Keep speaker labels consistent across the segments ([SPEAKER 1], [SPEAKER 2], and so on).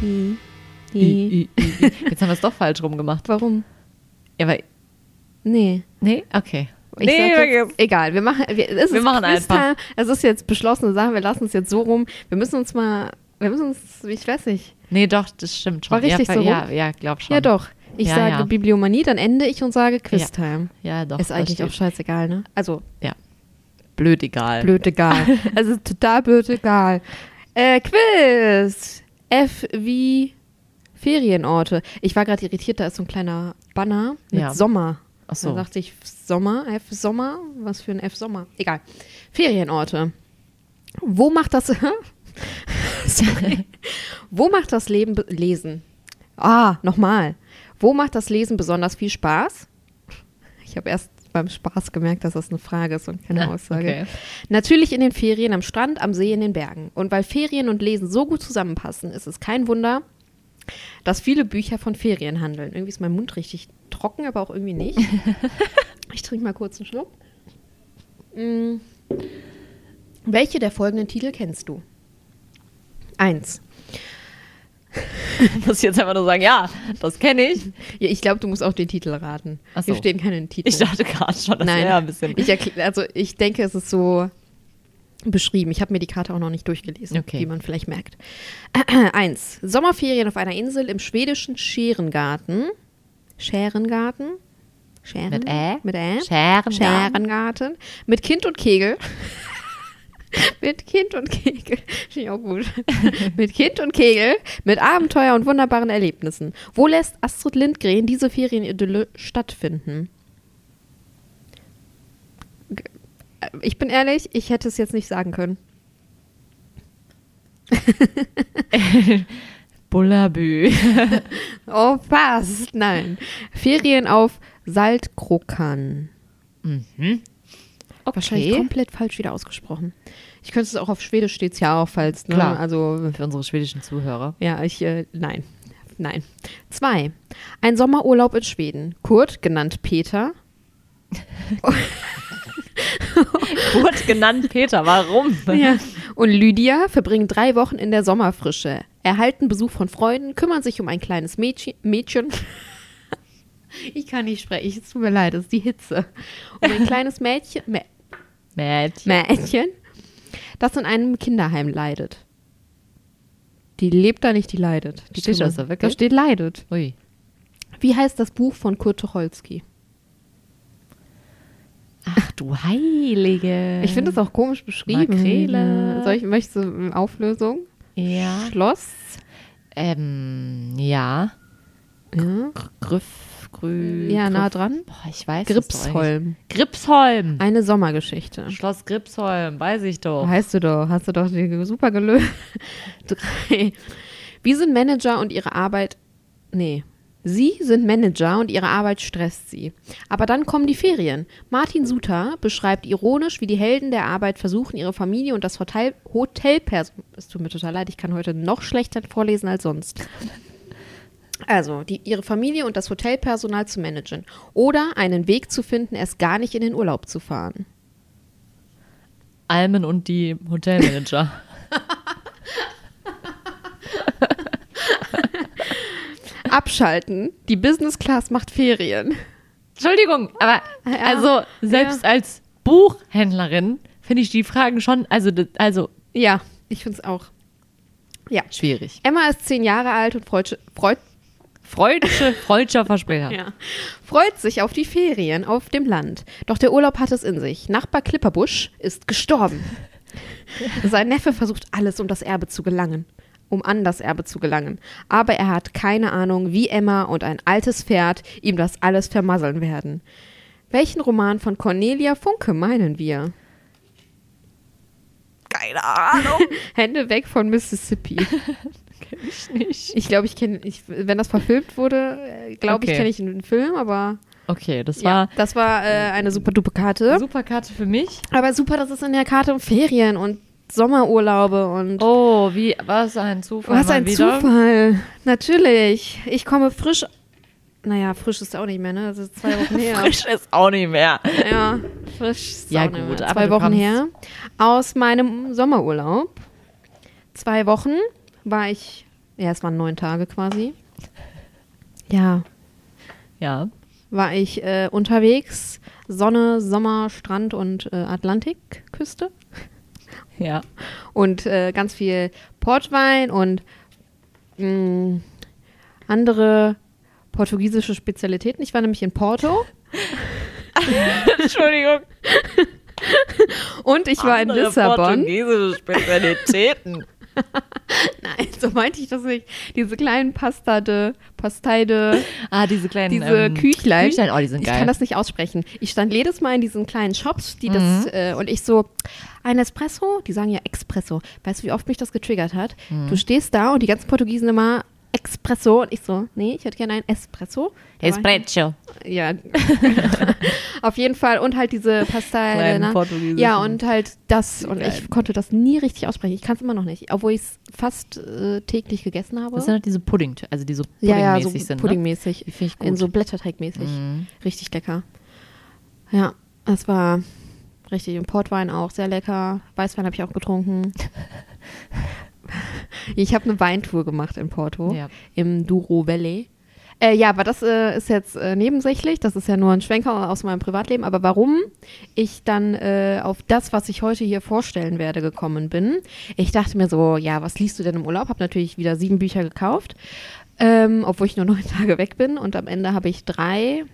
[SPEAKER 1] Hm. Hm.
[SPEAKER 2] I, I, I. Jetzt haben wir es doch falsch rumgemacht.
[SPEAKER 1] Warum?
[SPEAKER 2] Ja, aber.
[SPEAKER 1] Nee.
[SPEAKER 2] Nee? Okay.
[SPEAKER 1] Ich sag jetzt, egal, wir machen, wir, es
[SPEAKER 2] Wir
[SPEAKER 1] ist
[SPEAKER 2] machen
[SPEAKER 1] Quiztime. Es ist jetzt beschlossene Sache, wir lassen es jetzt so rum. Wir müssen uns mal, wir müssen uns, ich weiß nicht.
[SPEAKER 2] nee, doch, das stimmt schon.
[SPEAKER 1] War richtig
[SPEAKER 2] ja,
[SPEAKER 1] so rum?
[SPEAKER 2] Ja, ja, glaub schon.
[SPEAKER 1] Ja doch, ich
[SPEAKER 2] Ja,
[SPEAKER 1] sage
[SPEAKER 2] ja.
[SPEAKER 1] Bibliomanie, dann ende ich und sage Quiztime.
[SPEAKER 2] Ja, doch.
[SPEAKER 1] ist eigentlich auch
[SPEAKER 2] verstehe. Äh.
[SPEAKER 1] scheißegal, ne? Also,
[SPEAKER 2] blöd egal.
[SPEAKER 1] blöd egal. also, ist total blöd egal. Äh, Quiz! F wie Ferienorte. Ich war gerade irritiert, da ist so ein kleiner Banner mit
[SPEAKER 2] Ja.
[SPEAKER 1] Sommer.
[SPEAKER 2] Ach
[SPEAKER 1] Da
[SPEAKER 2] so.
[SPEAKER 1] dachte ich, Sommer, F Sommer, was für ein F Sommer. Egal. Ferienorte. Wo macht das Sorry. Wo macht das Leben be- lesen? Ah, nochmal. Wo macht das Lesen besonders viel Spaß? Ich habe erst beim Spaß gemerkt, dass das eine Frage ist und keine
[SPEAKER 2] Ah,
[SPEAKER 1] Aussage.
[SPEAKER 2] okay.
[SPEAKER 1] Natürlich in den Ferien am Strand, am See, in den Bergen. Und weil Ferien und Lesen so gut zusammenpassen, ist es kein Wunder, dass viele Bücher von Ferien handeln. Irgendwie ist mein Mund richtig trocken, aber auch irgendwie nicht. Ich trinke mal kurz einen Schluck. Mm. Welche der folgenden Titel kennst du? Eins.
[SPEAKER 2] Ich muss jetzt einfach nur sagen, ja, das kenne ich.
[SPEAKER 1] Ja, ich glaube, du musst auch den Titel raten.
[SPEAKER 2] Ach
[SPEAKER 1] Hier
[SPEAKER 2] so.
[SPEAKER 1] stehen keine Titel.
[SPEAKER 2] Ich dachte gerade schon, das
[SPEAKER 1] Nein,
[SPEAKER 2] wäre ja ein bisschen.
[SPEAKER 1] Ich erkl- also ich denke, es ist so beschrieben. Ich habe mir die Karte auch noch nicht durchgelesen,
[SPEAKER 2] Okay.
[SPEAKER 1] wie man vielleicht merkt. Eins. Sommerferien auf einer Insel im schwedischen Scherengarten. Scherengarten? Scheren?
[SPEAKER 2] Mit Ä?
[SPEAKER 1] Mit Ä?
[SPEAKER 2] Scherengarten.
[SPEAKER 1] Scherengarten. Mit Kind und Kegel. Mit Kind und Kegel. Finde ich auch gut. mit Kind und Kegel, mit Abenteuer und wunderbaren Erlebnissen. Wo lässt Astrid Lindgren diese Ferienidylle stattfinden? G- äh, Ich bin ehrlich, ich hätte es jetzt nicht sagen können.
[SPEAKER 2] Bullabü.
[SPEAKER 1] Oh, fast. Nein. Ferien auf Saltkrokan.
[SPEAKER 2] Mhm. Okay.
[SPEAKER 1] Wahrscheinlich komplett falsch wieder ausgesprochen. Ich könnte es auch auf Schwedisch steht es ja auch falsch. Ne?
[SPEAKER 2] Klar.
[SPEAKER 1] Also
[SPEAKER 2] Für unsere schwedischen Zuhörer.
[SPEAKER 1] Ja, ich, äh, nein. Nein. Zwei. Ein Sommerurlaub in Schweden. Kurt, genannt Peter.
[SPEAKER 2] Kurt genannt Peter, warum?
[SPEAKER 1] Und Lydia verbringen drei Wochen in der Sommerfrische, erhalten Besuch von Freunden, kümmern sich um ein kleines Mädchen. Mädchen. Ich kann nicht sprechen, es tut mir leid, es ist die Hitze. Um ein kleines Mädchen, Mä-
[SPEAKER 2] Mädchen.
[SPEAKER 1] Mädchen, das in einem Kinderheim leidet. Die lebt da nicht, die leidet. Die
[SPEAKER 2] Steht
[SPEAKER 1] Dumme.
[SPEAKER 2] das da wirklich?
[SPEAKER 1] Da steht leidet.
[SPEAKER 2] Ui.
[SPEAKER 1] Wie heißt das Buch von Kurt Tucholsky?
[SPEAKER 2] Ach du Heilige.
[SPEAKER 1] Ich finde es auch komisch beschrieben.
[SPEAKER 2] Ähm, Makrele.
[SPEAKER 1] Soll ich, möchtest du eine Auflösung?
[SPEAKER 2] Ja.
[SPEAKER 1] Schloss.
[SPEAKER 2] Ähm, ja.
[SPEAKER 1] Ja,
[SPEAKER 2] Griff, Grü.
[SPEAKER 1] ja nah
[SPEAKER 2] Griff-
[SPEAKER 1] dran.
[SPEAKER 2] Boah, ich weiß es doch eigentlich.
[SPEAKER 1] Gripsholm. Ah,
[SPEAKER 2] Gripsholm.
[SPEAKER 1] Eine Sommergeschichte.
[SPEAKER 2] Schloss Gripsholm, weiß ich doch.
[SPEAKER 1] Heißt du doch, hast du doch die- super gelöst. Drei. Wie sind Manager und ihre Arbeit. Nee. Sie sind Manager und ihre Arbeit stresst sie. Aber dann kommen die Ferien. Martin Suter beschreibt ironisch, wie die Helden der Arbeit versuchen, ihre Familie und das Hotel Hotelpersonal. Es tut mir total leid, ich kann heute noch schlechter vorlesen als sonst. Also, die, ihre Familie und das Hotelpersonal zu managen. Oder einen Weg zu finden, erst gar nicht in den Urlaub zu fahren.
[SPEAKER 2] Almen und die Hotelmanager.
[SPEAKER 1] Abschalten. Die Business Class macht Ferien.
[SPEAKER 2] Entschuldigung, aber
[SPEAKER 1] Ah, Ja.
[SPEAKER 2] also selbst als Buchhändlerin finde ich die Fragen schon, also, das- also
[SPEAKER 1] Ja, ich finde es auch. Ja.
[SPEAKER 2] schwierig.
[SPEAKER 1] Emma ist zehn Jahre alt und freut, freut,
[SPEAKER 2] Freudsche, freudscher Versprecher.
[SPEAKER 1] freut sich auf die Ferien auf dem Land. Doch der Urlaub hat es in sich. Nachbar Klipperbusch ist gestorben. Sein Neffe versucht alles, um das Erbe zu gelangen. Um an das Erbe zu gelangen. Aber er hat keine Ahnung, wie Emma und ein altes Pferd ihm das alles vermasseln werden. Welchen Roman von Cornelia Funke meinen wir?
[SPEAKER 2] Keine Ahnung.
[SPEAKER 1] Hände weg von Mississippi.
[SPEAKER 2] Kenn ich nicht.
[SPEAKER 1] Ich glaube, ich kenne, ich, wenn das verfilmt wurde, glaube ich,
[SPEAKER 2] Okay.
[SPEAKER 1] kenne ich den Film, aber
[SPEAKER 2] Okay, das
[SPEAKER 1] ja,
[SPEAKER 2] war
[SPEAKER 1] das war äh, eine super dupe Karte.
[SPEAKER 2] eine super Karte für mich.
[SPEAKER 1] Aber super, dass es in der Karte um Ferien und Sommerurlaube und
[SPEAKER 2] Oh, wie, was ein Zufall.
[SPEAKER 1] Was
[SPEAKER 2] Oh, mal
[SPEAKER 1] ein
[SPEAKER 2] wieder.
[SPEAKER 1] Zufall. Natürlich. Ich komme frisch. Naja, frisch ist auch nicht mehr, ne? Das ist zwei Wochen her.
[SPEAKER 2] Frisch ist auch nicht mehr.
[SPEAKER 1] Ja, frisch ist
[SPEAKER 2] Ja,
[SPEAKER 1] auch nicht
[SPEAKER 2] gut,
[SPEAKER 1] mehr.
[SPEAKER 2] aber
[SPEAKER 1] Zwei
[SPEAKER 2] du
[SPEAKER 1] Wochen
[SPEAKER 2] kommst.
[SPEAKER 1] her. Aus meinem Sommerurlaub. Zwei Wochen war ich. Ja, es waren neun Tage quasi. Ja,
[SPEAKER 2] Ja.
[SPEAKER 1] war ich äh, unterwegs. Sonne, Sommer, Strand und äh, Atlantikküste.
[SPEAKER 2] Ja.
[SPEAKER 1] und äh, ganz viel Portwein und mh, andere portugiesische Spezialitäten. Ich war nämlich in Porto
[SPEAKER 2] Entschuldigung.
[SPEAKER 1] und ich war in
[SPEAKER 2] Andere
[SPEAKER 1] Lissabon.
[SPEAKER 2] Portugiesische Spezialitäten.
[SPEAKER 1] Nein, so meinte ich das nicht. Diese kleinen Pastade, Pasteide,
[SPEAKER 2] ah, diese kleinen
[SPEAKER 1] diese
[SPEAKER 2] ähm,
[SPEAKER 1] Küchlein.
[SPEAKER 2] Küchlein, oh, die sind
[SPEAKER 1] ich
[SPEAKER 2] geil.
[SPEAKER 1] kann das nicht aussprechen. Ich stand jedes Mal in diesen kleinen Shops, die
[SPEAKER 2] Mhm.
[SPEAKER 1] das äh, und ich so ein Espresso, die sagen ja Espresso. Weißt du, wie oft mich das getriggert hat?
[SPEAKER 2] Mhm.
[SPEAKER 1] Du stehst da und die ganzen Portugiesen immer Espresso und ich so, nee, ich hätte gerne ein Espresso. Da war ich-
[SPEAKER 2] Espresso.
[SPEAKER 1] Ja. Auf jeden Fall. Und halt diese Pastei.
[SPEAKER 2] Kleinen
[SPEAKER 1] ne?
[SPEAKER 2] portugiesischen.
[SPEAKER 1] Ja, und halt das. Und
[SPEAKER 2] Geil.
[SPEAKER 1] ich konnte das nie richtig aussprechen. Ich kann es immer noch nicht. Obwohl ich es fast äh, täglich gegessen habe.
[SPEAKER 2] Das sind halt diese Pudding, also die so
[SPEAKER 1] ja, ja,
[SPEAKER 2] puddingmäßig
[SPEAKER 1] so
[SPEAKER 2] sind. Ne?
[SPEAKER 1] puddingmäßig.
[SPEAKER 2] Die finde ich gut.
[SPEAKER 1] In so Blätterteigmäßig.
[SPEAKER 2] Mhm.
[SPEAKER 1] Richtig lecker. Ja, das war richtig. Und Portwein auch sehr lecker. Weißwein habe ich auch getrunken. Ich habe eine Weintour gemacht in Porto,
[SPEAKER 2] Ja.
[SPEAKER 1] im Douro Valley. Äh, ja, aber das äh, ist jetzt äh, nebensächlich. Das ist ja nur ein Schwenker aus meinem Privatleben. Aber warum ich dann äh, auf das, was ich heute hier vorstellen werde, gekommen bin. Ich dachte mir so, ja, was liest du denn im Urlaub? Habe natürlich wieder sieben Bücher gekauft, ähm, obwohl ich nur neun Tage weg bin. Und am Ende habe ich drei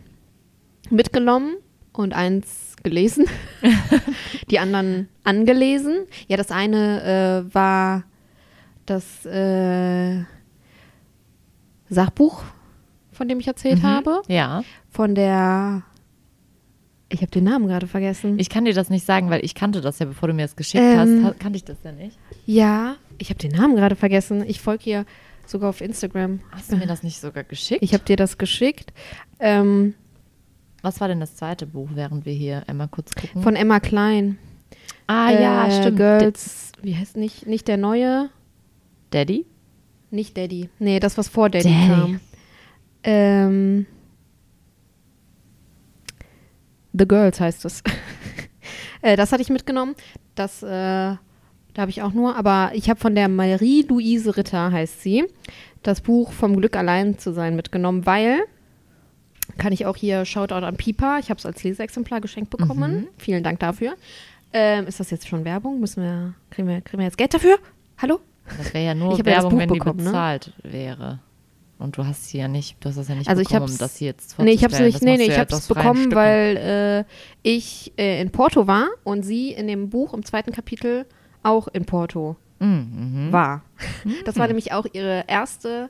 [SPEAKER 1] mitgenommen und eins gelesen. Die anderen angelesen. Ja, das eine äh, war das äh, Sachbuch, von dem ich
[SPEAKER 2] Mhm.
[SPEAKER 1] erzählt habe.
[SPEAKER 2] Ja.
[SPEAKER 1] Von der. Ich habe den Namen gerade vergessen.
[SPEAKER 2] Ich kann dir das nicht sagen, weil ich kannte das ja, bevor du mir das geschickt
[SPEAKER 1] Mhm. Ähm.
[SPEAKER 2] hast. ha- Kannte ich das ja nicht.
[SPEAKER 1] ja, ich habe den Namen gerade vergessen. Ich folge ihr sogar auf Instagram.
[SPEAKER 2] Hast du mir das nicht sogar geschickt?
[SPEAKER 1] äh, Ich habe dir das geschickt. Ähm,
[SPEAKER 2] Was war denn das zweite Buch, während wir hier einmal kurz gucken?
[SPEAKER 1] von Emma Klein.
[SPEAKER 2] Hm. ah
[SPEAKER 1] Äh,
[SPEAKER 2] ja, stimmt.
[SPEAKER 1] Girls. Wie heißt nicht? Nicht der neue.
[SPEAKER 2] Daddy?
[SPEAKER 1] Nicht Daddy. Nee, das, was vor Daddy,
[SPEAKER 2] Daddy.
[SPEAKER 1] kam. Ähm, The Girls heißt es. äh, das hatte ich mitgenommen. Das, äh, da habe ich auch nur. Aber ich habe von der Marie-Louise Ritter, heißt sie, das Buch Vom Glück allein zu sein mitgenommen, weil, kann ich auch hier Shoutout an Pipa, ich habe es als Leseexemplar geschenkt bekommen. Vielen Dank dafür. Ähm, ist das jetzt schon Werbung? Müssen wir, kriegen wir, kriegen wir jetzt Geld dafür? Hallo?
[SPEAKER 2] Das wäre ja nur
[SPEAKER 1] Ich hab ja das
[SPEAKER 2] Werbung,
[SPEAKER 1] Buch
[SPEAKER 2] wenn die
[SPEAKER 1] bekommen, ne?
[SPEAKER 2] bezahlt wäre. Und du hast sie ja nicht, du hast das ja nicht
[SPEAKER 1] Also ich
[SPEAKER 2] bekommen,
[SPEAKER 1] hab's-
[SPEAKER 2] um das hier jetzt
[SPEAKER 1] Nee, ich hab's
[SPEAKER 2] vorzustellen. Das machst
[SPEAKER 1] nicht, nee, nee,
[SPEAKER 2] du
[SPEAKER 1] ich
[SPEAKER 2] ja
[SPEAKER 1] hab's
[SPEAKER 2] aus freien
[SPEAKER 1] bekommen,
[SPEAKER 2] Stücken.
[SPEAKER 1] weil äh, ich äh, in Porto war und sie in dem Buch im zweiten Kapitel auch in Porto
[SPEAKER 2] Mhm,
[SPEAKER 1] war. Das war nämlich auch ihre erste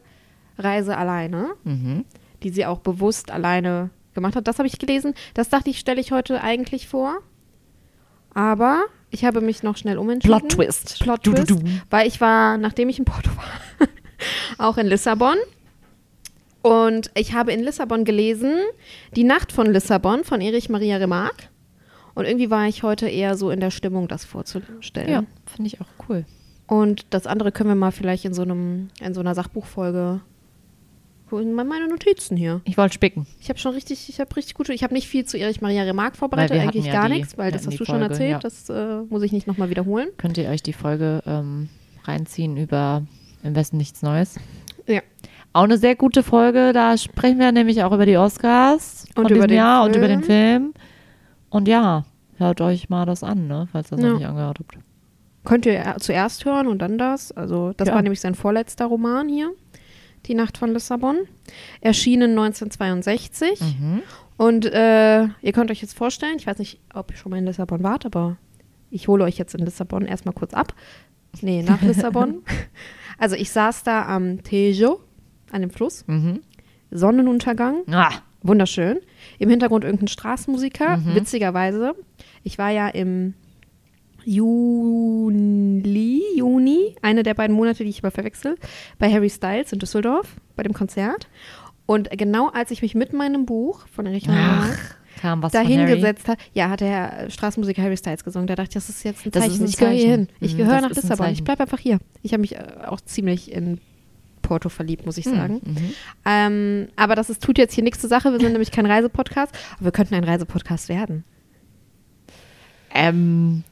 [SPEAKER 1] Reise alleine,
[SPEAKER 2] mhm, mhm.
[SPEAKER 1] die sie auch bewusst alleine gemacht hat. Das habe ich gelesen. Das dachte ich, stelle ich heute eigentlich vor. Aber ich habe mich noch schnell umentschieden.
[SPEAKER 2] Plot Twist.
[SPEAKER 1] Plot
[SPEAKER 2] Du, du,
[SPEAKER 1] Twist,
[SPEAKER 2] du.
[SPEAKER 1] weil ich war, nachdem ich in Porto war, auch in Lissabon. Und ich habe in Lissabon gelesen Die Nacht von Lissabon von Erich Maria Remarque. Und irgendwie war ich heute eher so in der Stimmung, das vorzustellen.
[SPEAKER 2] Ja, finde ich auch cool.
[SPEAKER 1] Und das andere können wir mal vielleicht in so, einem, in so einer Sachbuchfolge. Gucken mal meine Notizen hier.
[SPEAKER 2] Ich wollte spicken.
[SPEAKER 1] Ich habe schon richtig, ich habe richtig gute, ich habe nicht viel zu Erich Maria Remarque vorbereitet,
[SPEAKER 2] Weil wir hatten
[SPEAKER 1] eigentlich
[SPEAKER 2] ja
[SPEAKER 1] gar
[SPEAKER 2] die-
[SPEAKER 1] nichts, weil
[SPEAKER 2] wir
[SPEAKER 1] das
[SPEAKER 2] hatten
[SPEAKER 1] hast
[SPEAKER 2] die
[SPEAKER 1] du schon
[SPEAKER 2] Folge,
[SPEAKER 1] erzählt,
[SPEAKER 2] ja.
[SPEAKER 1] das äh, muss ich nicht nochmal wiederholen.
[SPEAKER 2] Könnt ihr euch die Folge ähm, reinziehen über Im Westen nichts Neues?
[SPEAKER 1] Ja.
[SPEAKER 2] Auch eine sehr gute Folge. Da sprechen wir nämlich auch über die Oscars von
[SPEAKER 1] Und über
[SPEAKER 2] diesem
[SPEAKER 1] den
[SPEAKER 2] Jahr und über
[SPEAKER 1] Film.
[SPEAKER 2] den Film. Und ja, hört euch mal das an, ne? falls ihr es
[SPEAKER 1] Ja.
[SPEAKER 2] noch nicht angehört habt.
[SPEAKER 1] Könnt ihr er- zuerst hören und dann das. Also, das
[SPEAKER 2] Ja.
[SPEAKER 1] war nämlich sein vorletzter Roman hier, Die Nacht von Lissabon. Erschienen 1962. Und äh, ihr könnt euch jetzt vorstellen, ich weiß nicht, ob ihr schon mal in Lissabon wart, aber ich hole euch jetzt in Lissabon erstmal kurz ab. Nee, nach Lissabon. Also, ich saß da am Tejo, an dem Fluss.
[SPEAKER 2] Mhm.
[SPEAKER 1] Sonnenuntergang.
[SPEAKER 2] Ah,
[SPEAKER 1] Wunderschön. Im Hintergrund irgendein Straßenmusiker. Witzigerweise, ich war ja im Juli, Juni, einer der beiden Monate, die ich immer verwechsel, bei Harry Styles in Düsseldorf, bei dem Konzert. Und genau als ich mich mit meinem Buch von Erich Honecker
[SPEAKER 2] Ach, kam was von Harry.
[SPEAKER 1] dahingesetzt habe, ja, hat der Straßenmusiker Harry Styles gesungen. Da dachte ich, das ist jetzt ein
[SPEAKER 2] Das
[SPEAKER 1] Zeichen.
[SPEAKER 2] ist ein
[SPEAKER 1] ich gehöre hier hin.
[SPEAKER 2] Zeichen.
[SPEAKER 1] Ich
[SPEAKER 2] Mhm,
[SPEAKER 1] gehöre
[SPEAKER 2] das
[SPEAKER 1] nach
[SPEAKER 2] ist ein
[SPEAKER 1] Lissabon. Ich
[SPEAKER 2] Zeichen.
[SPEAKER 1] bleibe einfach hier. Ich habe mich äh, auch ziemlich in Porto verliebt, muss ich sagen.
[SPEAKER 2] mhm.
[SPEAKER 1] Ähm, aber das ist, tut jetzt hier nichts zur Sache. Wir sind nämlich kein Reisepodcast. Aber wir könnten ein Reisepodcast werden.
[SPEAKER 2] Ähm,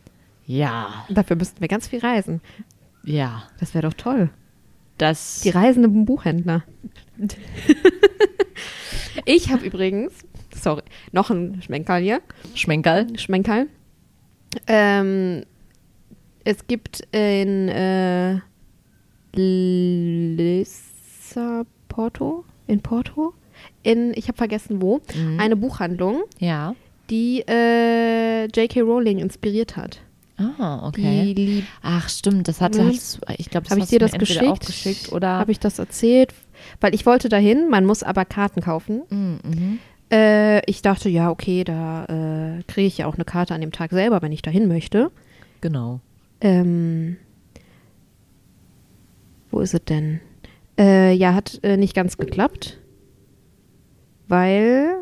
[SPEAKER 2] ja,
[SPEAKER 1] Dafür müssten wir ganz viel reisen.
[SPEAKER 2] ja.
[SPEAKER 1] Das wäre doch toll.
[SPEAKER 2] Das.
[SPEAKER 1] Die reisenden Buchhändler. ich habe übrigens, sorry, noch ein Schmenkerl hier.
[SPEAKER 2] Schmenkerl.
[SPEAKER 1] Schmenkerl. Ähm, es gibt in äh, Lissa Porto, in Porto, in, ich habe vergessen wo, eine Buchhandlung,
[SPEAKER 2] Ja.
[SPEAKER 1] die äh, J.K. Rowling inspiriert hat.
[SPEAKER 2] Ah, okay.
[SPEAKER 1] Die lieb
[SPEAKER 2] Ach, stimmt, das hatte.
[SPEAKER 1] Mhm.
[SPEAKER 2] hast du- Ich glaube, das
[SPEAKER 1] Habe ich
[SPEAKER 2] hast
[SPEAKER 1] dir
[SPEAKER 2] du mir
[SPEAKER 1] das
[SPEAKER 2] entweder
[SPEAKER 1] geschickt?
[SPEAKER 2] auch geschickt oder.
[SPEAKER 1] Habe ich das erzählt? Weil ich wollte dahin, man muss aber Karten kaufen.
[SPEAKER 2] Mhm, mhm.
[SPEAKER 1] Äh, ich dachte, ja, okay, da äh, kriege ich ja auch eine Karte an dem Tag selber, wenn ich dahin möchte.
[SPEAKER 2] Genau.
[SPEAKER 1] Ähm, wo ist es denn? Äh, ja, hat äh, nicht ganz geklappt, weil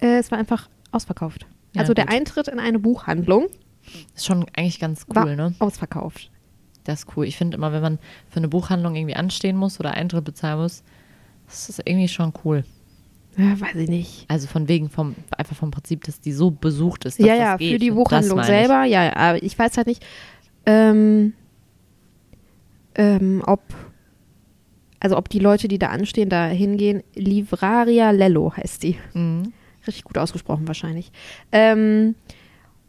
[SPEAKER 1] äh, es war einfach ausverkauft.
[SPEAKER 2] Ja,
[SPEAKER 1] also der
[SPEAKER 2] gut.
[SPEAKER 1] Eintritt in eine Buchhandlung
[SPEAKER 2] Ist schon eigentlich ganz
[SPEAKER 1] war
[SPEAKER 2] cool, ne?
[SPEAKER 1] ausverkauft.
[SPEAKER 2] Das ist cool. Ich finde immer, wenn man für eine Buchhandlung irgendwie anstehen muss oder Eintritt bezahlen muss, das ist irgendwie schon cool.
[SPEAKER 1] Ja, weiß ich nicht.
[SPEAKER 2] Also von wegen vom, einfach vom Prinzip, dass die so besucht ist. Dass
[SPEAKER 1] ja,
[SPEAKER 2] das
[SPEAKER 1] ja,
[SPEAKER 2] geht. ne?
[SPEAKER 1] für die
[SPEAKER 2] Das
[SPEAKER 1] Buchhandlung
[SPEAKER 2] meine ich.
[SPEAKER 1] selber, ja, ja, aber ich weiß halt nicht, ähm, ähm, ob, also ob die Leute, die da anstehen, da hingehen, Livraria Lello heißt die.
[SPEAKER 2] Mhm.
[SPEAKER 1] Richtig gut ausgesprochen wahrscheinlich. Ähm,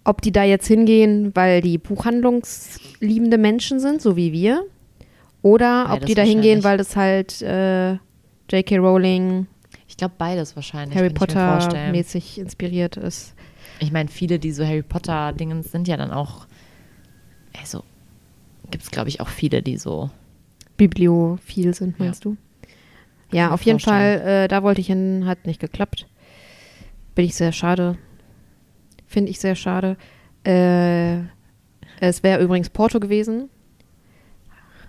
[SPEAKER 1] ob die da jetzt hingehen, weil die buchhandlungsliebende Menschen sind, so wie wir, oder ob
[SPEAKER 2] Beides
[SPEAKER 1] die da
[SPEAKER 2] wahrscheinlich.
[SPEAKER 1] hingehen, weil das halt äh, J.K. Rowling,
[SPEAKER 2] Ich glaube beides wahrscheinlich.
[SPEAKER 1] Harry
[SPEAKER 2] kann ich mir vorstellen.
[SPEAKER 1] Potter-mäßig inspiriert ist.
[SPEAKER 2] Ich meine, viele, die so Harry Potter-Dingens sind ja dann auch. Also, gibt es, glaube ich, auch viele, die so.
[SPEAKER 1] bibliophil sind, meinst du? Ja,
[SPEAKER 2] mir
[SPEAKER 1] auf jeden
[SPEAKER 2] vorstellen.
[SPEAKER 1] Fall, äh, da wollte ich hin, hat nicht geklappt. Bin ich sehr schade. Finde ich sehr schade. Äh, es wäre übrigens Porto gewesen.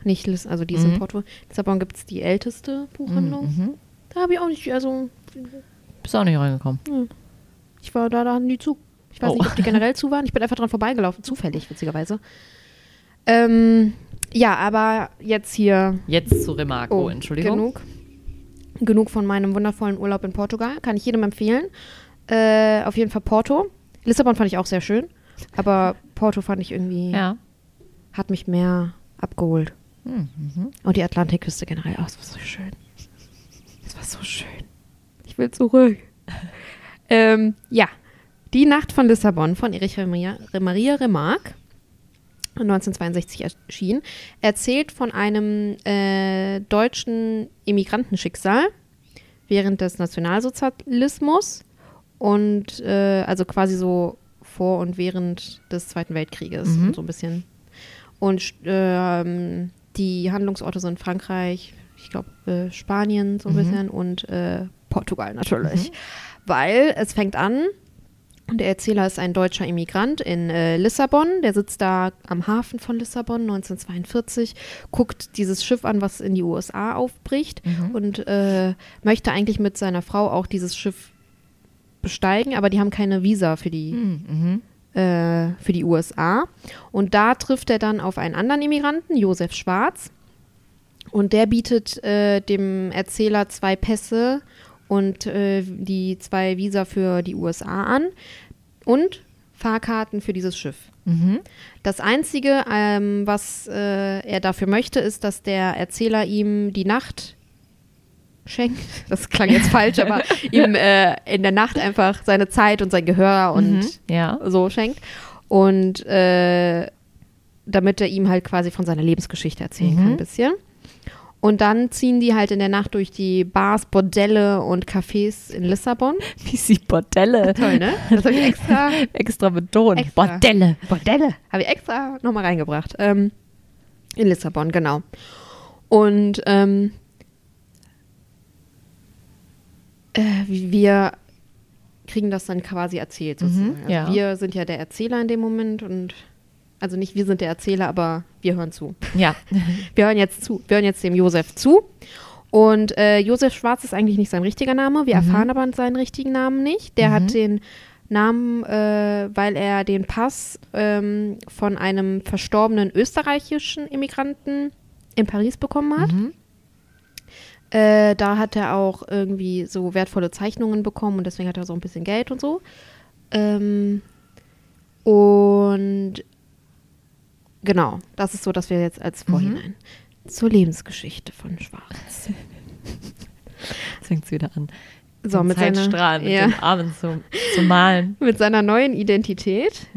[SPEAKER 1] Nicht, Liss- also die ist in
[SPEAKER 2] Mhm.
[SPEAKER 1] Porto. Lissabon gibt es die älteste Buchhandlung.
[SPEAKER 2] Mhm.
[SPEAKER 1] Da habe ich auch nicht, also
[SPEAKER 2] Bist auch nicht reingekommen.
[SPEAKER 1] ich war da, da hatten die zu. Ich weiß
[SPEAKER 2] Oh.
[SPEAKER 1] nicht, ob die generell zu waren. Ich bin einfach dran vorbeigelaufen, zufällig, witzigerweise. Ähm, ja, aber jetzt hier
[SPEAKER 2] Jetzt zu Remarco, Entschuldigung.
[SPEAKER 1] Oh, Genug. Genug von meinem wundervollen Urlaub in Portugal. Kann ich jedem empfehlen. Äh, auf jeden Fall Porto. Lissabon fand ich auch sehr schön. Aber Porto fand ich irgendwie,
[SPEAKER 2] Ja.
[SPEAKER 1] hat mich mehr abgeholt. Hm,
[SPEAKER 2] Mhm. Mhm.
[SPEAKER 1] Und die Atlantikküste generell auch. Es war so schön. Es war so schön. Ich will zurück. ähm, ja. Die Nacht von Lissabon von Erich Maria, Maria Remarque, 1962 erschienen, erzählt von einem äh, deutschen Immigrantenschicksal während des Nationalsozialismus und äh, also quasi so vor und während des Zweiten Weltkrieges
[SPEAKER 2] Mhm.
[SPEAKER 1] und so ein bisschen. Und ähm, die Handlungsorte sind Frankreich, ich glaube äh, Spanien so ein
[SPEAKER 2] Mhm.
[SPEAKER 1] bisschen und äh, Portugal natürlich. Weil es fängt an, und der Erzähler ist ein deutscher Immigrant in äh, Lissabon. Der sitzt da am Hafen von Lissabon 1942, guckt dieses Schiff an, was in die USA aufbricht und äh, möchte eigentlich mit seiner Frau auch dieses Schiff besteigen, aber die haben keine Visa für die
[SPEAKER 2] Mhm. Mhm.
[SPEAKER 1] äh, für die USA. Und da trifft er dann auf einen anderen Immigranten, Josef Schwarz. Und der bietet äh, dem Erzähler zwei Pässe und äh, die zwei Visa für die USA an und Fahrkarten für dieses Schiff.
[SPEAKER 2] Mhm.
[SPEAKER 1] Das Einzige, ähm, was äh, er dafür möchte, ist, dass der Erzähler ihm die Nacht schenkt. Das klang jetzt falsch, aber ihm äh, in der Nacht einfach seine Zeit und sein Gehör und
[SPEAKER 2] Mhm. Ja.
[SPEAKER 1] so schenkt. Und äh, damit er ihm halt quasi von seiner Lebensgeschichte erzählen kann, ein bisschen. Und dann ziehen die halt in der Nacht durch die Bars, Bordelle und Cafés in Lissabon.
[SPEAKER 2] Wie sie Bordelle.
[SPEAKER 1] Toll, ne? Das habe ich extra,
[SPEAKER 2] Extra betont.
[SPEAKER 1] Extra.
[SPEAKER 2] Bordelle. Bordelle.
[SPEAKER 1] habe ich extra nochmal reingebracht. Ähm, in Lissabon, genau. Und ähm, äh, wir kriegen das dann quasi erzählt sozusagen.
[SPEAKER 2] Mhm, ja.
[SPEAKER 1] also wir sind ja der Erzähler in dem Moment und Also nicht wir sind der Erzähler, aber wir hören zu.
[SPEAKER 2] Ja.
[SPEAKER 1] Wir hören jetzt zu. Wir hören jetzt dem Josef zu. Und äh, Josef Schwarz ist eigentlich nicht sein richtiger Name. Wir erfahren aber seinen richtigen Namen nicht. Der hat den Namen, äh, weil er den Pass ähm, von einem verstorbenen österreichischen Immigranten in Paris bekommen hat. Äh, da hat er auch irgendwie so wertvolle Zeichnungen bekommen und deswegen hat er so ein bisschen Geld und so. Ähm, und genau, das ist so, dass wir jetzt als Vorhinein zur Lebensgeschichte von Schwarz.
[SPEAKER 2] Jetzt fängt es wieder an.
[SPEAKER 1] So, mit seiner-
[SPEAKER 2] Zeitstrahlen, mit
[SPEAKER 1] ja.
[SPEAKER 2] den Armen zu, zu malen.
[SPEAKER 1] Mit seiner neuen Identität,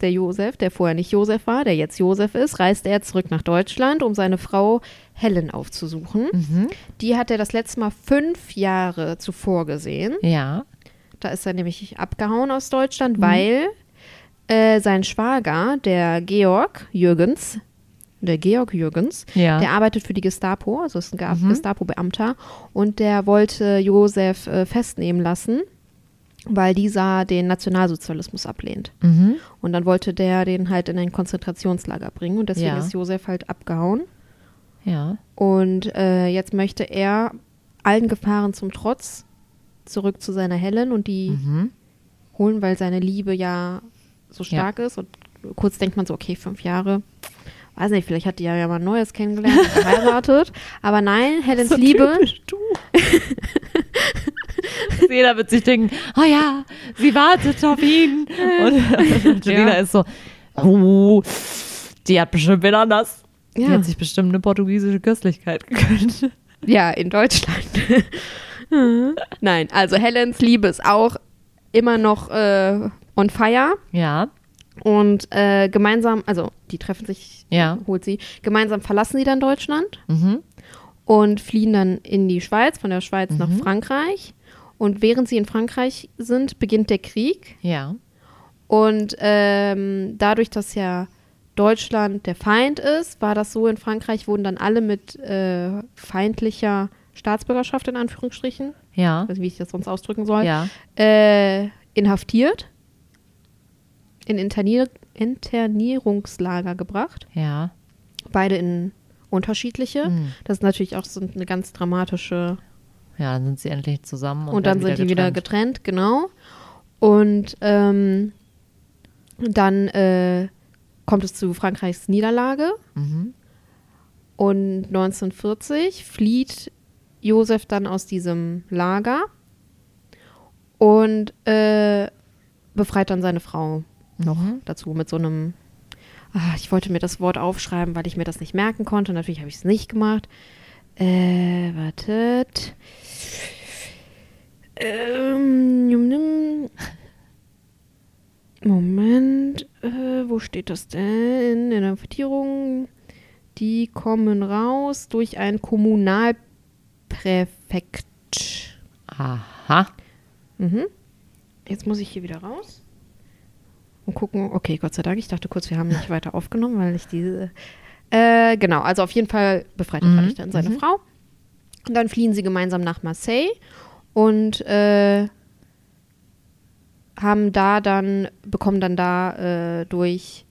[SPEAKER 1] der Josef, der vorher nicht Josef war, der jetzt Josef ist, reist er zurück nach Deutschland, um seine Frau Helen aufzusuchen. Die hat er das letzte Mal fünf Jahre zuvor gesehen.
[SPEAKER 2] Ja.
[SPEAKER 1] Da ist er nämlich abgehauen aus Deutschland,
[SPEAKER 2] Mhm.
[SPEAKER 1] weil äh, sein Schwager, der Georg Jürgens, der Georg Jürgens,
[SPEAKER 2] Ja. Mhm.
[SPEAKER 1] der arbeitet für die Gestapo, also ist ein Ga- Gestapo-Beamter, und der wollte Josef äh, festnehmen lassen, weil dieser den Nationalsozialismus ablehnt.
[SPEAKER 2] Mhm.
[SPEAKER 1] Und dann wollte der den halt in ein Konzentrationslager bringen und deswegen
[SPEAKER 2] Ja.
[SPEAKER 1] ist Josef halt abgehauen.
[SPEAKER 2] Ja.
[SPEAKER 1] Und äh, jetzt möchte er allen Gefahren zum Trotz zurück zu seiner Helen und die
[SPEAKER 2] Mhm.
[SPEAKER 1] holen, weil seine Liebe ja so stark ist. Und kurz denkt man so, okay, fünf Jahre. Weiß nicht, vielleicht hat die ja mal ein neues kennengelernt, und geheiratet. Aber nein, Helens
[SPEAKER 2] So
[SPEAKER 1] Liebe.
[SPEAKER 2] typisch du. Jeder wird sich denken, oh ja, sie wartet auf ihn. Und, und Julina
[SPEAKER 1] Ja.
[SPEAKER 2] ist so, oh, die hat bestimmt wen anders. Die
[SPEAKER 1] Ja.
[SPEAKER 2] hat sich bestimmt eine portugiesische Köstlichkeit gegönnt.
[SPEAKER 1] ja, in Deutschland. nein, also Helens Liebe ist auch immer noch äh, on fire.
[SPEAKER 2] Ja,
[SPEAKER 1] Und äh, gemeinsam, also die treffen sich,
[SPEAKER 2] Ja.
[SPEAKER 1] holt sie. Gemeinsam verlassen sie dann Deutschland
[SPEAKER 2] Mhm.
[SPEAKER 1] und fliehen dann in die Schweiz, von der Schweiz nach Frankreich. Und während sie in Frankreich sind, beginnt der Krieg.
[SPEAKER 2] ja,
[SPEAKER 1] Und ähm, dadurch, dass ja Deutschland der Feind ist, war das so, in Frankreich wurden dann alle mit äh, feindlicher Staatsbürgerschaft in Anführungsstrichen,
[SPEAKER 2] ja,
[SPEAKER 1] ich weiß nicht, wie ich das sonst ausdrücken soll,
[SPEAKER 2] ja.
[SPEAKER 1] äh, inhaftiert, in Internier Internierungslager gebracht.
[SPEAKER 2] Ja,
[SPEAKER 1] Beide in unterschiedliche. Das ist natürlich auch so eine ganz dramatische.
[SPEAKER 2] ja, dann sind sie endlich zusammen.
[SPEAKER 1] Und, dann sind die wieder getrennt, genau. Und ähm, dann äh, kommt es zu Frankreichs Niederlage. Mhm. Und 1940 flieht Josef dann aus diesem Lager und äh, befreit dann seine Frau
[SPEAKER 2] noch.
[SPEAKER 1] dazu mit so einem. Ah, ich wollte mir das Wort aufschreiben, weil ich mir das nicht merken konnte. Natürlich habe ich es nicht gemacht. Äh, wartet. Ähm, num, num. Moment, äh, wo steht das denn? In der Vertierung. Die kommen raus durch ein Kommunalpräfekt.
[SPEAKER 2] Aha.
[SPEAKER 1] Jetzt muss ich hier wieder raus und gucken. Okay, Gott sei Dank. Ich dachte kurz, wir haben nicht weiter aufgenommen, weil ich diese. Äh, genau, also auf jeden Fall befreit er dadurch dann seine Frau. Und dann fliehen sie gemeinsam nach Marseille und äh, haben da dann, bekommen dann da äh, durch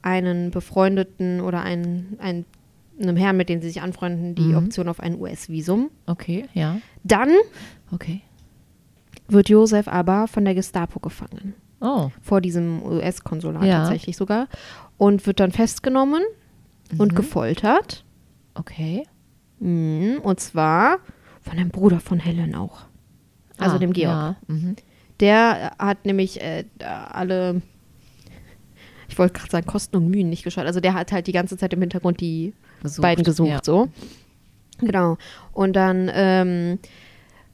[SPEAKER 1] einen befreundeten oder einen, einen, einem Herrn, mit dem sie sich anfreunden, die Option auf ein US-Visum.
[SPEAKER 2] Okay, ja,
[SPEAKER 1] Dann
[SPEAKER 2] okay.
[SPEAKER 1] wird Josef aber von der Gestapo gefangen
[SPEAKER 2] Oh,
[SPEAKER 1] vor diesem US-Konsulat
[SPEAKER 2] Ja.
[SPEAKER 1] tatsächlich sogar und wird dann festgenommen
[SPEAKER 2] Mhm.
[SPEAKER 1] und gefoltert.
[SPEAKER 2] okay.
[SPEAKER 1] Mhm, Und zwar von dem Bruder von Helen auch. Also
[SPEAKER 2] Ah,
[SPEAKER 1] dem Georg.
[SPEAKER 2] Ja. Mhm.
[SPEAKER 1] Der äh, hat nämlich äh, alle, ich wollte gerade sagen, Kosten und Mühen nicht geschaut. Also der hat halt die ganze Zeit im Hintergrund die
[SPEAKER 2] Gesucht,
[SPEAKER 1] beiden gesucht,
[SPEAKER 2] ja.
[SPEAKER 1] so. Genau. Und dann ähm,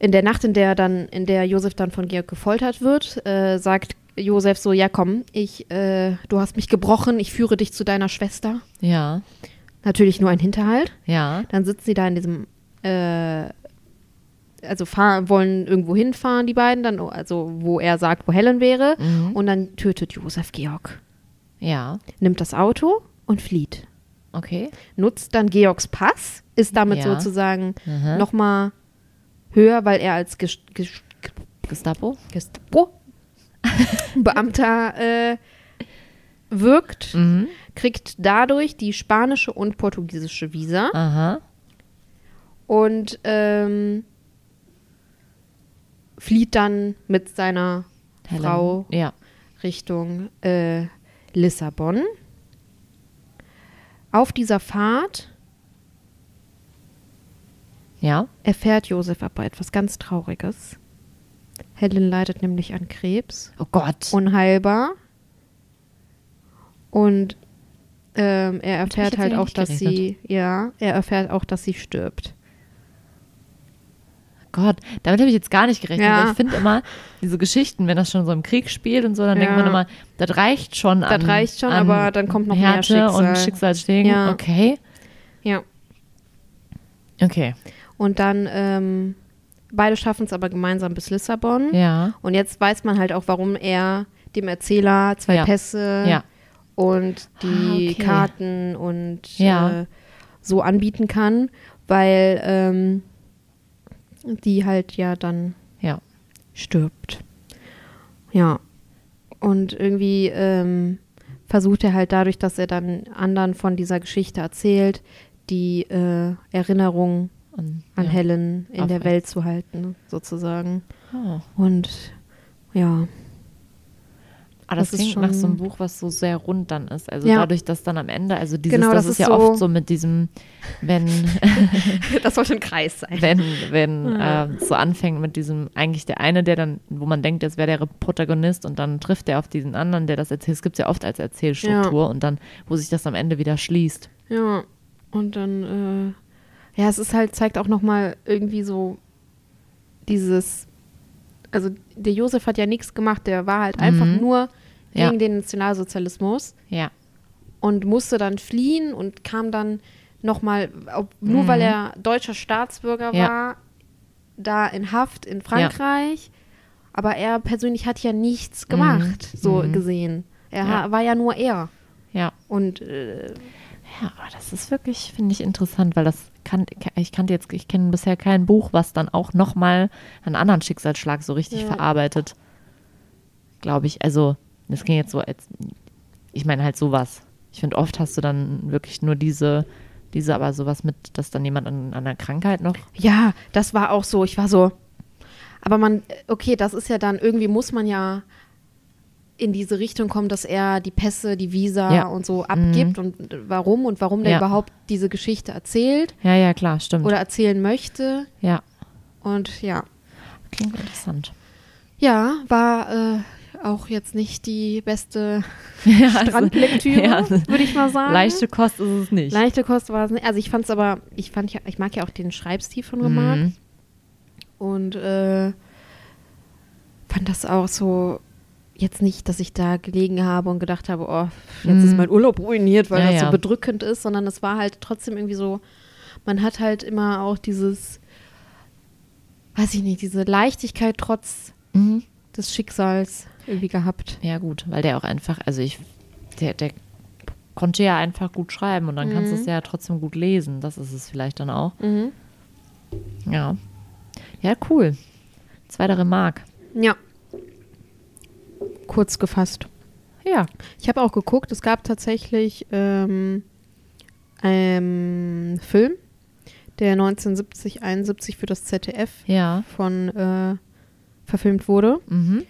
[SPEAKER 1] in der Nacht, in der dann, in der Josef dann von Georg gefoltert wird, äh, sagt Josef so: Ja, komm, ich, äh, du hast mich gebrochen, ich führe dich zu deiner Schwester.
[SPEAKER 2] Ja,
[SPEAKER 1] Natürlich nur ein Hinterhalt.
[SPEAKER 2] ja,
[SPEAKER 1] Dann sitzen sie da in diesem, äh, also fahren, wollen irgendwo hinfahren, die beiden, dann, also wo er sagt, wo Helen wäre.
[SPEAKER 2] Mhm.
[SPEAKER 1] Und dann tötet Josef Georg,
[SPEAKER 2] ja,
[SPEAKER 1] nimmt das Auto und flieht.
[SPEAKER 2] okay.
[SPEAKER 1] Nutzt dann Georgs Pass, ist damit
[SPEAKER 2] Ja.
[SPEAKER 1] sozusagen nochmal höher, weil er als Ges Ges
[SPEAKER 2] Gestapo?
[SPEAKER 1] Gestapo Beamter äh, wirkt,
[SPEAKER 2] Mhm.
[SPEAKER 1] kriegt dadurch die spanische und portugiesische Visa.
[SPEAKER 2] Aha.
[SPEAKER 1] und ähm, flieht dann mit seiner
[SPEAKER 2] Helen.
[SPEAKER 1] Frau
[SPEAKER 2] Ja.
[SPEAKER 1] Richtung äh, Lissabon. Auf dieser Fahrt
[SPEAKER 2] Ja.
[SPEAKER 1] erfährt Josef aber etwas ganz Trauriges. Helen leidet nämlich an Krebs,
[SPEAKER 2] Oh Gott.
[SPEAKER 1] unheilbar. Und ähm, er
[SPEAKER 2] Damit hab ich
[SPEAKER 1] erfährt
[SPEAKER 2] jetzt
[SPEAKER 1] halt
[SPEAKER 2] wieder
[SPEAKER 1] auch,
[SPEAKER 2] nicht
[SPEAKER 1] dass sie, ja, er erfährt auch, dass sie stirbt.
[SPEAKER 2] Gott, damit habe ich jetzt gar nicht gerechnet.
[SPEAKER 1] Ja.
[SPEAKER 2] weil Ich finde immer, diese Geschichten, wenn das schon so im Krieg spielt und so, dann
[SPEAKER 1] Ja.
[SPEAKER 2] denkt man immer, das reicht schon
[SPEAKER 1] Das
[SPEAKER 2] an.
[SPEAKER 1] reicht schon,
[SPEAKER 2] an
[SPEAKER 1] aber dann kommt noch mehr
[SPEAKER 2] Härte
[SPEAKER 1] Schicksal.
[SPEAKER 2] und Schicksalsschläge.
[SPEAKER 1] Ja.
[SPEAKER 2] Okay.
[SPEAKER 1] Ja.
[SPEAKER 2] Okay.
[SPEAKER 1] Und dann, ähm, beide schaffen es aber gemeinsam bis Lissabon.
[SPEAKER 2] Ja.
[SPEAKER 1] Und jetzt weiß man halt auch, warum er dem Erzähler zwei
[SPEAKER 2] Ja.
[SPEAKER 1] Pässe
[SPEAKER 2] Ja.
[SPEAKER 1] und die
[SPEAKER 2] Ah, okay.
[SPEAKER 1] Karten und
[SPEAKER 2] Ja.
[SPEAKER 1] äh, so anbieten kann, weil ähm, die halt ja dann
[SPEAKER 2] Ja.
[SPEAKER 1] stirbt. Ja. Und irgendwie ähm, versucht er halt dadurch, dass er dann anderen von dieser Geschichte erzählt, die äh, Erinnerung
[SPEAKER 2] Und,
[SPEAKER 1] an
[SPEAKER 2] ja.
[SPEAKER 1] Helen in der
[SPEAKER 2] Aufrecht.
[SPEAKER 1] Welt zu halten, ne, sozusagen.
[SPEAKER 2] Oh.
[SPEAKER 1] Und ja,
[SPEAKER 2] Ah, das,
[SPEAKER 1] Das ist
[SPEAKER 2] klingt nach
[SPEAKER 1] schon-
[SPEAKER 2] so einem Buch, was so sehr rund dann ist. Also
[SPEAKER 1] Ja.
[SPEAKER 2] dadurch, dass dann am Ende, also dieses,
[SPEAKER 1] Genau,
[SPEAKER 2] das, ist
[SPEAKER 1] das ist
[SPEAKER 2] ja
[SPEAKER 1] so-
[SPEAKER 2] oft so mit diesem, wenn
[SPEAKER 1] das sollte ein Kreis sein.
[SPEAKER 2] wenn, wenn äh, so anfängt mit diesem, eigentlich der eine, der dann, wo man denkt, das wäre der Protagonist und dann trifft er auf diesen anderen, der das erzählt. Es gibt es ja oft als Erzählstruktur und dann, wo sich das am Ende wieder schließt.
[SPEAKER 1] Ja, und dann, äh, ja, es ist halt, zeigt auch nochmal irgendwie so dieses, also der Josef hat ja nichts gemacht, der war halt einfach nur gegen
[SPEAKER 2] Ja.
[SPEAKER 1] den Nationalsozialismus
[SPEAKER 2] Ja.
[SPEAKER 1] und musste dann fliehen und kam dann nochmal, nur weil er deutscher Staatsbürger
[SPEAKER 2] Mhm. Ja.
[SPEAKER 1] war, da in Haft in Frankreich. Aber er persönlich hat ja nichts gemacht, so gesehen. Er
[SPEAKER 2] Mhm. Ja.
[SPEAKER 1] war ja nur er.
[SPEAKER 2] Ja.
[SPEAKER 1] Und äh,
[SPEAKER 2] Ja, aber das ist wirklich, finde ich, interessant, weil das kann, ich kannte jetzt, ich kenne bisher kein Buch, was dann auch nochmal einen anderen Schicksalsschlag so richtig verarbeitet. Glaube ich. Also, das ging jetzt so, als, ich meine halt sowas. Ich finde, oft hast du dann wirklich nur diese, diese, aber sowas mit, dass dann jemand an, an einer Krankheit noch.
[SPEAKER 1] Ja, das war auch so. Ich war so. Aber man, äh, okay, das ist ja dann, irgendwie muss man ja in diese Richtung kommen, dass er die Pässe, die Visa
[SPEAKER 2] Ja. Mhm.
[SPEAKER 1] und so abgibt und äh, warum und warum der
[SPEAKER 2] Ja.
[SPEAKER 1] überhaupt diese Geschichte erzählt
[SPEAKER 2] Ja, ja, klar, stimmt.
[SPEAKER 1] oder erzählen möchte.
[SPEAKER 2] ja,
[SPEAKER 1] Und ja.
[SPEAKER 2] klingt interessant.
[SPEAKER 1] Ja, war äh, auch jetzt nicht die beste
[SPEAKER 2] Ja, also-
[SPEAKER 1] Strandlektüre,
[SPEAKER 2] ja, also
[SPEAKER 1] würde ich mal sagen.
[SPEAKER 2] Leichte Kost ist es nicht.
[SPEAKER 1] Leichte Kost war es nicht. Also ich fand es aber, ich fand ja, ich mag ja auch den Schreibstil von Roman.
[SPEAKER 2] Mhm.
[SPEAKER 1] Und äh, fand das auch so jetzt nicht, dass ich da gelegen habe und gedacht habe, oh, jetzt ist mein Urlaub ruiniert, weil
[SPEAKER 2] Mhm. Ja,
[SPEAKER 1] das so
[SPEAKER 2] ja.
[SPEAKER 1] bedrückend ist, sondern es war halt trotzdem irgendwie so, man hat halt immer auch dieses, weiß ich nicht, diese Leichtigkeit trotz
[SPEAKER 2] Mhm.
[SPEAKER 1] des Schicksals irgendwie gehabt.
[SPEAKER 2] Ja, gut, weil der auch einfach, also ich, der, der konnte ja einfach gut schreiben und dann kannst du
[SPEAKER 1] Mhm.
[SPEAKER 2] es ja trotzdem gut lesen. Das ist es vielleicht dann auch. Ja. Ja, cool. Zweiter Remark.
[SPEAKER 1] Ja. Kurz gefasst.
[SPEAKER 2] Ja.
[SPEAKER 1] Ich habe auch geguckt, es gab tatsächlich ähm, einen Film, der 1970, 71 für das ZDF
[SPEAKER 2] Ja.
[SPEAKER 1] von äh, verfilmt wurde.
[SPEAKER 2] Mhm.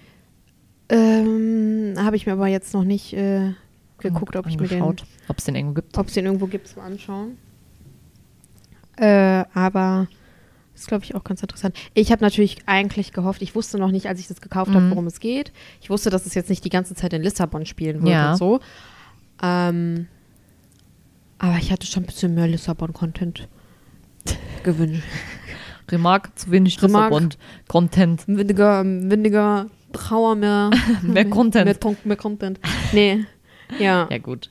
[SPEAKER 1] Ähm, habe ich mir aber jetzt noch nicht äh, geguckt, ob ich mir den,
[SPEAKER 2] Angeschaut, Ob es den irgendwo gibt.
[SPEAKER 1] ob es den irgendwo gibt zum Anschauen. Äh, aber ist, glaube ich, auch ganz interessant. Ich habe natürlich eigentlich gehofft, ich wusste noch nicht, als ich das gekauft habe, worum es geht. Ich wusste, dass es jetzt nicht die ganze Zeit in Lissabon spielen wird
[SPEAKER 2] Ja.
[SPEAKER 1] und so. Ähm, aber ich hatte schon ein bisschen mehr Lissabon-Content gewünscht.
[SPEAKER 2] Remark, zu wenig
[SPEAKER 1] Remark.
[SPEAKER 2] Remark. Content.
[SPEAKER 1] Windiger, windiger Trauer mehr.
[SPEAKER 2] Mehr Content.
[SPEAKER 1] Mehr, Ton- mehr Content. Nee. Ja.
[SPEAKER 2] Ja, gut.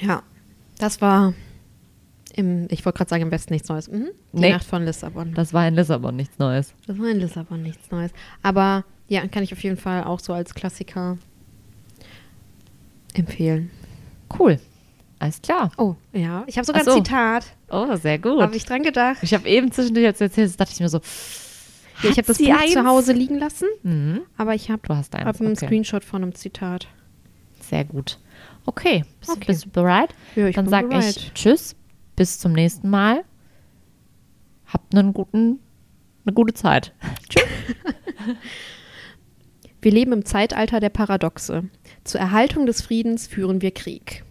[SPEAKER 1] Ja, das war im, ich wollte gerade sagen, im Westen nichts Neues. Mhm. Die
[SPEAKER 2] Nee.
[SPEAKER 1] Nacht von Lissabon.
[SPEAKER 2] Das war in Lissabon nichts Neues.
[SPEAKER 1] Das war in Lissabon nichts Neues. Aber ja, kann ich auf jeden Fall auch so als Klassiker empfehlen.
[SPEAKER 2] Cool. Alles klar.
[SPEAKER 1] Oh, ja. Ich habe sogar
[SPEAKER 2] Ach so.
[SPEAKER 1] ein Zitat.
[SPEAKER 2] Oh, sehr gut.
[SPEAKER 1] Habe
[SPEAKER 2] Ich,
[SPEAKER 1] ich dran gedacht.
[SPEAKER 2] habe eben zwischendurch als du erzählt, hast, dachte ich mir so,
[SPEAKER 1] Ja, ich habe
[SPEAKER 2] Hat
[SPEAKER 1] das
[SPEAKER 2] sie
[SPEAKER 1] Buch
[SPEAKER 2] eins?
[SPEAKER 1] zu Hause liegen lassen,
[SPEAKER 2] mhm.
[SPEAKER 1] aber ich habe
[SPEAKER 2] du hast eins.
[SPEAKER 1] hab einen
[SPEAKER 2] okay.
[SPEAKER 1] Screenshot von einem Zitat.
[SPEAKER 2] Sehr gut. Okay, bist,
[SPEAKER 1] Okay.
[SPEAKER 2] Du, bist du bereit?
[SPEAKER 1] Ja, ich
[SPEAKER 2] Dann
[SPEAKER 1] bin
[SPEAKER 2] sage ich
[SPEAKER 1] bereit.
[SPEAKER 2] Tschüss, bis zum nächsten Mal. Habt einen guten, eine gute Zeit.
[SPEAKER 1] Wir leben im Zeitalter der Paradoxe. Zur Erhaltung des Friedens führen wir Krieg.